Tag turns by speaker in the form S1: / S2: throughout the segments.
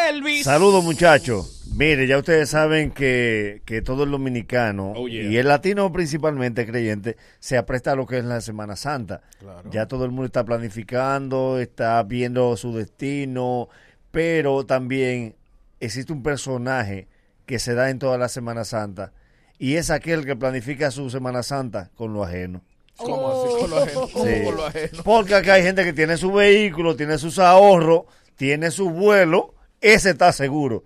S1: Elvis.
S2: Saludos, muchachos. Mire, ya ustedes saben que, que todo el dominicano
S1: Oh, yeah.
S2: y el latino principalmente creyente se apresta a lo que es la Semana Santa. Ya todo el mundo está planificando, está viendo su destino, pero también existe un personaje que se da en toda la Semana Santa y es aquel que planifica su Semana Santa con lo ajeno.
S3: Oh.
S4: ¿Cómo así? Con lo ajeno. ¿Cómo
S2: Sí.
S4: con lo ajeno?
S2: Porque acá hay gente que tiene su vehículo, tiene sus ahorros, tiene su vuelo, ese está seguro.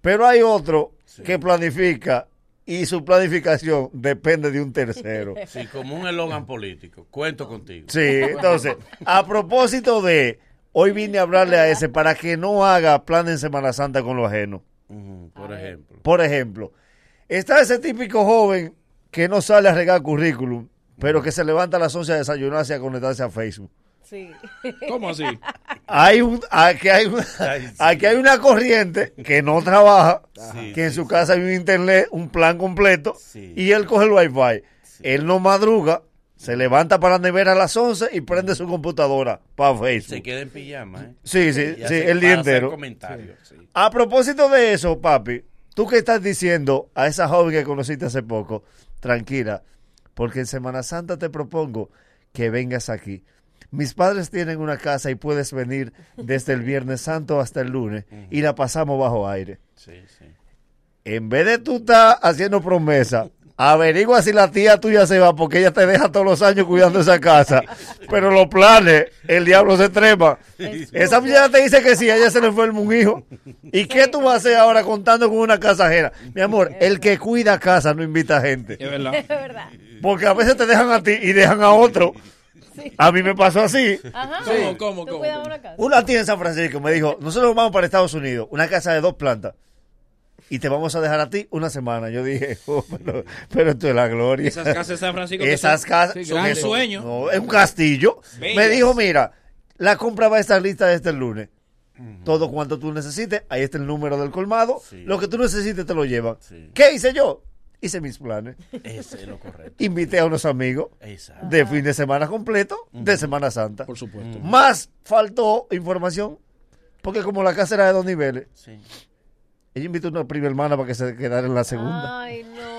S2: Pero hay otro que planifica y su planificación depende de un tercero.
S5: Sí, como un eslogan político. Cuento contigo.
S2: Sí, entonces, a propósito de, hoy vine a hablarle a ese para que no haga plan en Semana Santa con lo ajeno.
S5: Ujú, por ejemplo.
S2: Por ejemplo, está ese típico joven que no sale a regar currículum, pero que se levanta a las 11 a desayunarse y a conectarse a Facebook.
S3: Sí.
S1: ¿Cómo así?
S2: hay un, aquí, hay una,
S5: Ay, sí.
S2: aquí hay una corriente que no trabaja,
S5: Sí,
S2: que en
S5: sí,
S2: su
S5: sí.
S2: casa hay un internet, un plan completo,
S5: Sí.
S2: y él coge el wifi. Él no madruga, se levanta para la nevera a las 11 y prende su computadora para
S5: Se
S2: Facebook.
S5: queda en pijama, ¿eh?
S2: Sí, sí,
S5: Y
S2: sí,
S5: hace-
S2: el día
S5: para hacer
S2: entero.
S5: comentarios, sí.
S2: A propósito de eso, papi, tú que estás diciendo a esa joven que conociste hace poco, tranquila, porque en Semana Santa te propongo que vengas aquí. Mis padres tienen una casa y puedes venir desde el Viernes Santo hasta el lunes y la pasamos bajo aire.
S5: Sí, sí.
S2: En vez de tú estar haciendo promesa, averigua si la tía tuya se va porque ella te deja todos los años cuidando esa casa. Pero los planes, el diablo se trema. Esa muchacha te dice que sí, a ella se le enferma un hijo. ¿Y qué tú vas a hacer ahora contando con una casa ajena? Mi amor, el que cuida casa no invita gente.
S1: Es verdad.
S3: Es verdad.
S2: Porque a veces te dejan a ti y dejan a otro. A mí me pasó así.
S3: Ajá.
S1: ¿Cómo, cómo,
S3: ¿Tú
S1: cómo?
S3: cuidabas una casa?
S2: Una tía en San Francisco me dijo, nosotros vamos para Estados Unidos, una casa de dos plantas, y te vamos a dejar a ti una semana. Yo dije, oh, pero, pero esto es la gloria.
S1: Esas casas de San Francisco. que
S2: Esas
S1: son-
S2: casas
S1: sí,
S2: son
S1: gran
S2: eso.
S1: sueño.
S2: No, es un castillo.
S1: Bellas.
S2: Me dijo, mira, la compra va a estar lista este lunes. Todo cuanto tú necesites, ahí está el número del colmado.
S5: Sí.
S2: Lo que tú necesites te lo llevan.
S5: Sí.
S2: ¿Qué hice yo? Hice mis planes.
S5: Ese es lo correcto.
S2: Invité a unos amigos
S5: Exacto.
S2: de fin de semana completo, de Semana Santa.
S1: Por supuesto.
S2: Más faltó información, porque como la casa era de dos niveles,
S5: Sí.
S2: ella invitó a una prima hermana para que se quedara en la segunda.
S3: Ay, no.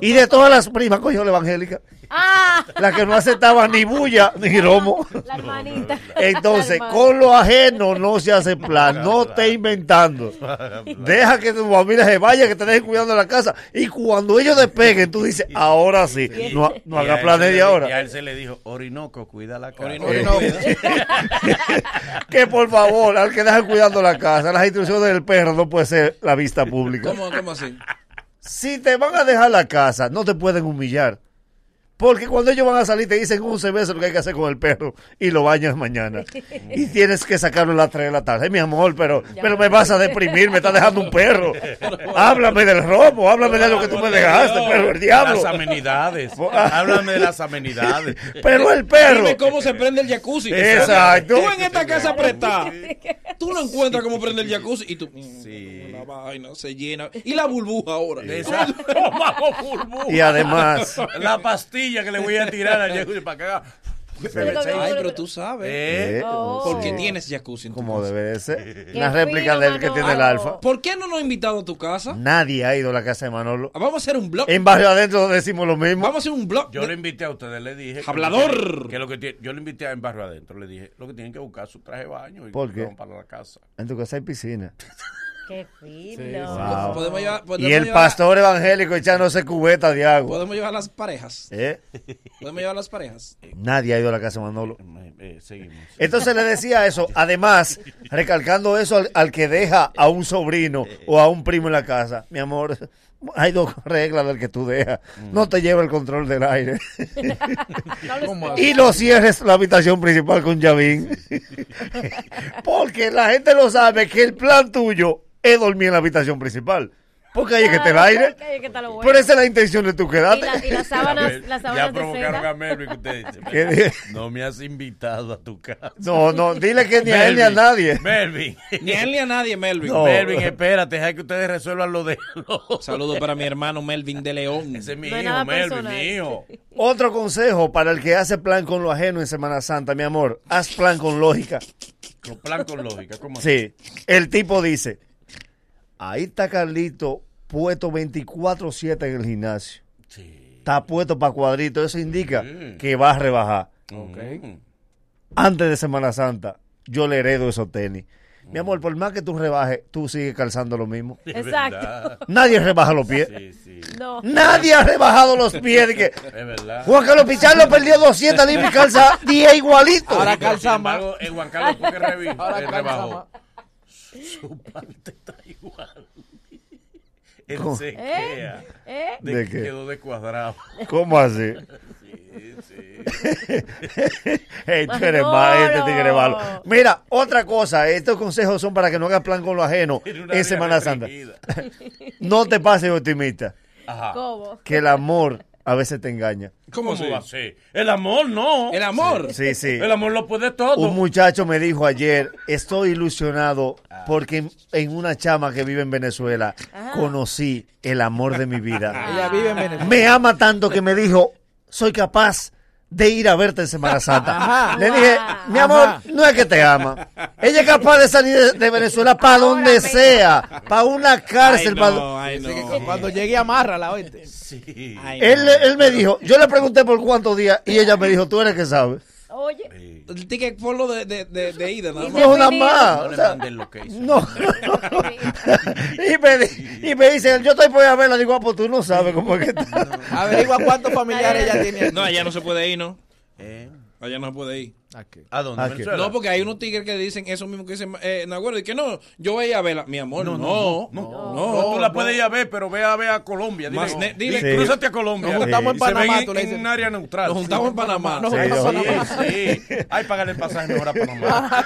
S2: Y de todas las primas cogió la evangélica,
S3: Ah,
S2: la que no aceptaba ni bulla ni romo.
S3: la hermanita.
S2: Entonces,
S3: La hermana.
S2: con lo ajeno no se hace plan, no esté inventando. Deja que tu familia se vaya, que te dejen cuidando la casa. Y cuando ellos despeguen, tú dices, ahora sí, no, no
S5: Y a
S2: haga
S5: él
S2: plan
S5: se le-
S2: de
S5: Y
S2: ahora.
S5: a él se le dijo, Orinoco, cuida la cara.
S1: Orinoco,
S2: Eh,
S1: Orinoco.
S2: Que por favor, al que dejan cuidando la casa, las instrucciones del perro no puede ser la vista pública.
S1: ¿Cómo, cómo así?
S2: Si te van a dejar la casa, no te pueden humillar. Porque cuando ellos van a salir te dicen 11 veces lo que hay que hacer con el perro y lo bañas mañana. Y tienes que sacarlo a las 3 de la tarde. Ay, mi amor, pero, pero me vas a deprimir, me está dejando un perro. Háblame del robo, háblame de lo que tú me dejaste, pero el diablo.
S5: Las amenidades. Háblame de las amenidades.
S2: Pero el perro.
S1: Dime cómo se prende el jacuzzi.
S2: Exacto.
S1: Tú en esta casa prestada. Tú no encuentras cómo prender el jacuzzi y tú. mm,
S5: Sí.
S1: La vaina se llena. Y la burbuja ahora.
S5: De esa- Vamos, burbuja.
S2: Y además,
S5: La pastilla que le voy a tirar a Jacuzzi para que haga.
S3: Pero
S1: Ay,
S3: como-
S1: pero tú sabes.
S5: Eh,
S2: eh,
S3: Oh.
S1: Porque tienes jacuzzi en tu
S2: como
S1: casa.
S2: debe de ser,
S3: Qué
S2: la réplica
S3: fino,
S2: del que tiene el
S3: Manolo.
S2: alfa.
S1: ¿Por qué no nos has invitado a tu casa?
S2: Nadie ha ido a la casa de Manolo.
S1: Vamos a hacer un blog.
S2: En Barrio Adentro decimos lo mismo.
S1: Vamos a hacer un blog.
S5: Yo le invité a ustedes, le dije. que-
S1: Hablador.
S5: Que lo que tiene- yo le invité a en barrio adentro, le dije, lo que tienen que buscar es su traje de baño y
S2: ¿Por qué?
S5: vamos para la casa.
S2: En tu casa hay piscina.
S3: Qué fino.
S2: Wow.
S1: Podemos llevar, podemos
S2: Y el
S1: llevar-
S2: pastor evangélico echándose cubeta de agua.
S1: Podemos llevar las parejas.
S2: ¿Eh?
S1: Podemos llevar las parejas.
S2: Nadie ha ido a la casa de Manolo.
S5: Eh, eh, seguimos.
S2: Entonces le decía eso, además, recalcando eso al, al que deja a un sobrino o a un primo en la casa. Mi amor, hay dos reglas del que tú dejas. No te lleva el control del aire.
S4: ¿Cómo así?
S2: Y no cierres la habitación principal con llavín. Porque la gente lo sabe que el plan tuyo es dormir en la habitación principal. Porque ahí es que está el aire.
S3: Ay, que está lo bueno.
S2: Pero esa es la intención de tu
S3: Y
S2: quedarte.
S3: la- y las
S5: Ya
S3: sábanas,
S5: ve-
S3: las
S5: ya
S3: sábanas de
S5: provocaron a
S3: seda.
S5: Melvin que usted dice,
S2: ¿Qué
S5: "Melvin,
S2: dije?
S5: no me has invitado a tu casa.
S2: No, no, dile que ni a él ni a
S5: Melvin,
S2: nadie.
S5: Melvin.
S1: Ni a él ni a nadie, Melvin.
S2: No.
S5: Melvin, espérate, deja que ustedes resuelvan lo de los.
S1: Saludos para mi hermano Melvin de León.
S5: Ese es mi
S3: No es
S5: hijo,
S3: nada
S5: Melvin,
S3: personal.
S5: mi hijo.
S2: Otro consejo para el que hace plan con lo ajeno en Semana Santa, mi amor, haz plan con lógica.
S5: Con plan con lógica, ¿cómo así?
S2: Sí, el tipo dice, Ahí está Carlito puesto 24-7 en el gimnasio.
S5: Sí.
S2: Está puesto para cuadrito. Eso indica
S5: Sí.
S2: que va a rebajar.
S5: Mm.
S2: Mm.
S5: Ok.
S2: Antes de Semana Santa, yo le heredo esos tenis. Mi amor, por más que tú rebajes, tú sigues calzando lo mismo.
S3: Exacto.
S2: Nadie rebaja los pies.
S5: Sí, sí.
S3: No.
S2: Nadie ha rebajado los pies. de que,
S5: Es verdad.
S2: Juan Carlos Pichardo perdió 200 libras y calza 10 igualito.
S5: Pero,
S4: Ahora
S5: sin
S4: calza más.
S5: embargo, el Juan Carlos porque revi-
S4: Ahora
S5: eh,
S4: calza
S5: rebajó.
S4: más.
S5: Su parte está igual. Él se queda.
S3: ¿Eh?
S5: De
S2: ¿De
S5: que
S2: qué?
S5: quedó descuadrado.
S2: ¿Cómo así?
S5: Sí, sí.
S2: Hey, tú
S3: Manolo.
S2: eres malo, este tigre es malo. Mira, otra cosa, estos consejos son para que no hagas plan con lo ajeno
S5: Tiene una
S2: en
S5: vida
S2: Semana Santa.
S5: restringida.
S2: No te pases optimista,
S5: Ajá.
S3: ¿Cómo?
S2: que el amor a veces te engaña.
S1: ¿Cómo,
S5: ¿Cómo va a
S1: así?
S5: ser? El amor no.
S1: El amor.
S2: Sí, sí.
S5: El amor lo puede todo.
S2: Un muchacho me dijo ayer, estoy ilusionado porque en- en una chama que vive en Venezuela conocí el amor de mi vida.
S4: Ah. Ella vive en Venezuela.
S2: Me ama tanto que me dijo, soy capaz de ir a verte en Semana Santa.
S4: Ajá.
S2: Le dije, mi amor,
S4: Ajá.
S2: no es que te ama. Ella es capaz de salir de, de Venezuela para donde
S3: mismo.
S2: sea, para una cárcel. pa' do-
S1: ay,
S4: Así que Cuando llegue, amárrala, oíste.
S5: Sí.
S1: Ay,
S2: Él,
S1: no.
S2: él me dijo, yo le pregunté por cuántos días y ella me dijo, tú eres que sabes.
S3: Oye.
S5: Sí.
S1: El ticket por lo de, de, de, de ida, nada
S3: Y
S1: más.
S2: No, nada
S3: Definitivo.
S2: más.
S5: No
S2: o
S5: le
S2: sea,
S5: manden lo que hizo.
S2: No. y, me, di- y me dice, yo estoy por ir a verla. Digo, ah, pues tú no sabes cómo es que está.
S4: Averigua cuántos familiares ella tiene.
S1: No, allá no se puede ir, ¿no?
S5: Eh,
S1: Allá no se puede ir.
S4: Aquí.
S5: ¿A dónde?
S2: ¿A
S5: ¿En
S2: qué?
S5: Venezuela?
S1: No, porque hay unos tigres que dicen eso mismo que dice eh, Nagüero. Y que no, yo voy a ir a verla. Mi amor, no. No, no.
S5: No, tú la puedes ir a ver, pero ve a ver a Colombia. Dile,
S1: Más ne- dile-
S5: dile,
S2: Sí.
S5: crúzate a Colombia.
S4: Nos juntamos en
S5: Y se
S4: Panamá,
S5: ven
S4: tú le
S5: en,
S4: dices.
S5: un área neutral.
S1: Nos juntamos en Panamá.
S4: Nos
S1: Sí.
S2: Sí,
S4: juntamos
S5: Sí,
S4: en Panamá.
S5: sí. Ay, pagar el pasaje mejor a Panamá.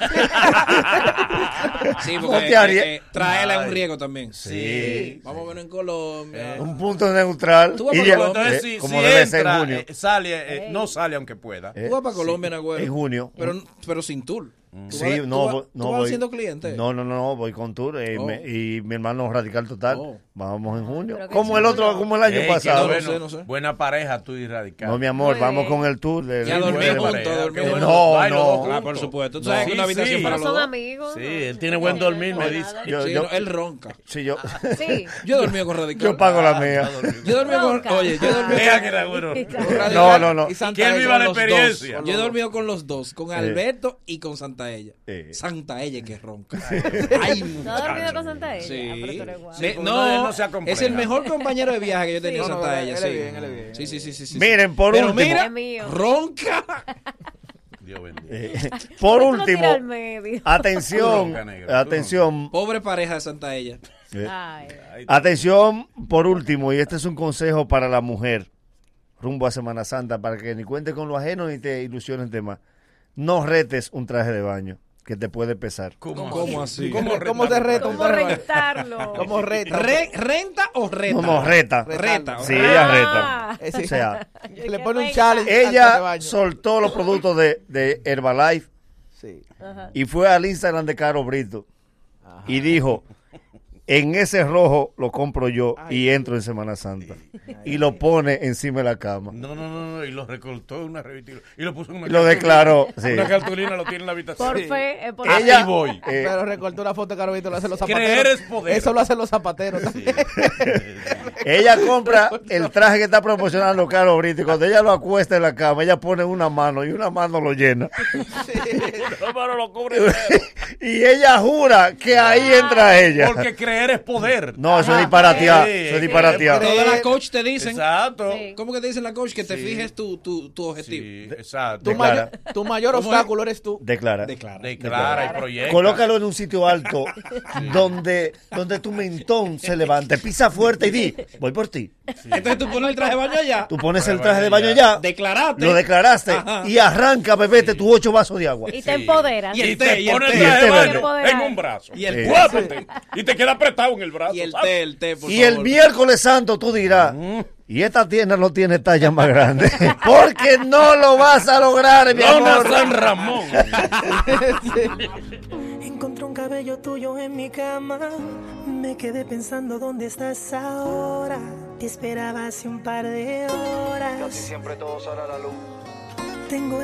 S1: Sí,
S2: No
S1: porque
S2: te haría-
S1: eh, eh, traerla es un
S5: Ay.
S1: riesgo también.
S5: Sí. Eh.
S1: Vamos a verlo en Colombia.
S2: Un punto neutral.
S1: Tú vas
S2: Y
S1: por
S2: ya-
S1: cuando
S5: Entonces,
S2: eh,
S5: si,
S2: como
S5: si
S2: debe ser en
S5: entra,
S2: junio.
S5: eh, sale, eh, no sale aunque pueda.
S2: Eh,
S1: Tú vas para Colombia, Nagüero.
S2: en junio.
S1: Pero, pero sin tour. Tú
S2: Sí,
S1: vas- tú
S2: no,
S1: vas-
S2: voy- no
S1: tú vas
S2: voy.
S1: siendo cliente.
S2: No, no, no, no, voy con tour eh,
S1: Oh.
S2: me- y mi hermano radical total.
S1: Oh.
S2: Vamos en junio.
S3: pero qué
S2: Como el otro,
S3: chulo.
S2: como el año
S5: Ey, qué
S2: pasado.
S1: no
S5: bueno.
S1: sé, no sé.
S5: Buena pareja tú y Radical.
S2: No, mi amor,
S3: Muy
S2: vamos
S3: bien.
S2: con el tour. De,
S1: Ya
S2: de-
S1: dormí
S2: de-
S1: juntos, dormimos
S5: dormimos.
S2: No,
S5: Ay, los
S2: no.
S5: dos
S1: Ah, por
S5: juntos.
S1: supuesto. Tú sabes que una habitación para
S3: Pero
S1: los
S3: son
S1: dos.
S3: amigos.
S5: Sí,
S3: ¿no?
S5: él tiene buen
S3: no
S5: dormir,
S3: nada.
S5: me dice.
S2: Yo-
S1: Sí,
S2: yo-
S1: no, él ronca.
S2: Sí, yo,
S3: Ah. Sí.
S1: Yo he dormido con Radical.
S2: yo pago la mía.
S1: Yo he dormido con.
S3: Ronca.
S1: Oye, yo he dormido
S5: Deja que era bueno.
S2: No, no, no.
S4: Y Santa
S5: ¿Quién
S4: Elena,
S5: viva la
S4: los dos.
S5: experiencia?
S1: Yo he dormido con los dos, con Alberto y con Santa Ella.
S2: Eh.
S1: Santa Ella que ronca. Ay,
S3: ¿No has dormido
S1: muchacho.
S3: con Santa Ella? Ah, pero
S1: Sí.
S3: tú eres guapo.
S1: Sí,
S5: No, él
S1: no,
S5: no se acompleja.
S1: es el mejor compañero de viaje que yo he tenido
S3: Sí.
S1: Santa
S4: No, no, él
S1: Ella.
S4: es
S1: sí.
S4: bien, él es bien.
S1: sí, sí, sí, sí, sí.
S2: Miren, por
S1: Pero
S2: último.
S3: Es mío.
S1: mira, ronca.
S5: Dios bendiga.
S2: Eh, por
S3: Tú lo tiras
S2: último,
S3: al medio.
S5: Tú
S2: atención,
S5: bronca, negro, tú
S2: atención,
S1: Pobre pareja de Santa Ella.
S2: eh,
S3: Ay.
S2: atención, por último, y este es un consejo para la mujer rumbo a Semana Santa, para que ni cuente con lo ajeno ni te ilusiones de más. No retes un traje de baño, que te puede pesar.
S5: ¿Cómo,
S1: ¿Cómo así?
S4: ¿Cómo, cómo te reto?
S3: ¿Cómo rentarlo?
S4: ¿Cómo reto?
S1: Re- ¿Renta o reta?
S2: No, no, reta.
S1: Reta.
S2: Sí, ella
S3: Ah.
S2: reta.
S4: Eh, sí.
S2: O sea,
S4: Le pone un challenge. al
S2: ella
S4: baño.
S2: soltó los productos de, de Herbalife
S4: Sí.
S2: y fue al Instagram de Caro Brito y dijo, en ese rojo lo compro yo y entro en Semana Santa. Y lo pone encima de la cama.
S5: No, no, no, no, y lo recortó en una revista y lo- y lo puso en una
S2: Y lo declaró, sí.
S5: Una cartulina lo tiene en la habitación.
S3: Por fe, es por
S5: Así
S2: Ella-
S5: voy.
S2: Eh,
S4: Pero recortó una foto, Caro Víctor, lo hacen los zapateros.
S5: Creer es poder.
S4: Eso lo hacen los zapateros.
S5: Sí.
S4: también.
S2: ella compra el traje que está proporcionando Caro Brito y cuando ella lo acuesta en la cama, ella pone una mano y una mano lo llena.
S5: No, pero lo cubre entero.
S2: y ella jura que ahí entra ella.
S5: Porque creer es poder.
S2: No, eso es disparateado.
S5: Sí,
S2: Eso es ah.
S5: sí.
S2: disparateado.
S1: Todas las coach te dicen.
S5: Exacto.
S3: Sí.
S1: ¿Cómo que te dicen la coach? Que te
S5: Sí.
S1: fijes tu, tu, tu objetivo.
S5: Sí, exacto.
S4: Tu,
S2: Declara.
S4: mayor, tu mayor
S1: ¿Cómo es?
S4: obstáculo eres tú.
S2: Declara.
S1: Declara.
S5: Declara el proyecto.
S2: Colócalo en un sitio alto donde, donde tu mentón se levante. Pisa fuerte y di, voy por ti.
S1: Entonces tú pones el traje de baño allá.
S2: Tú pones el traje de baño ya,
S1: Declaraste.
S2: lo declaraste
S1: Ajá.
S2: y arranca, bebete, tus ocho vasos de agua.
S3: Y te empoderas.
S1: Y el
S5: Y
S1: té,
S5: te
S1: y el
S5: pone
S1: té.
S5: el
S2: Y el té
S5: traje de
S2: verde.
S5: baño en un brazo.
S1: Y el
S2: Sí.
S1: té.
S5: Cuápate. Y te queda apretado en el brazo.
S1: Y el
S5: ¿sabes?
S1: té, el té, por
S2: Y
S1: favor.
S2: el miércoles santo tú dirás, y esta tienda no tiene talla más grande, porque no lo vas a lograr, mi
S5: Dona
S2: amor.
S5: San Ramón.
S6: Encontré un cabello tuyo en mi cama. Me quedé pensando dónde estás ahora. Te esperaba hace un par de horas.
S7: siempre todo sale a la luz.
S6: Tengo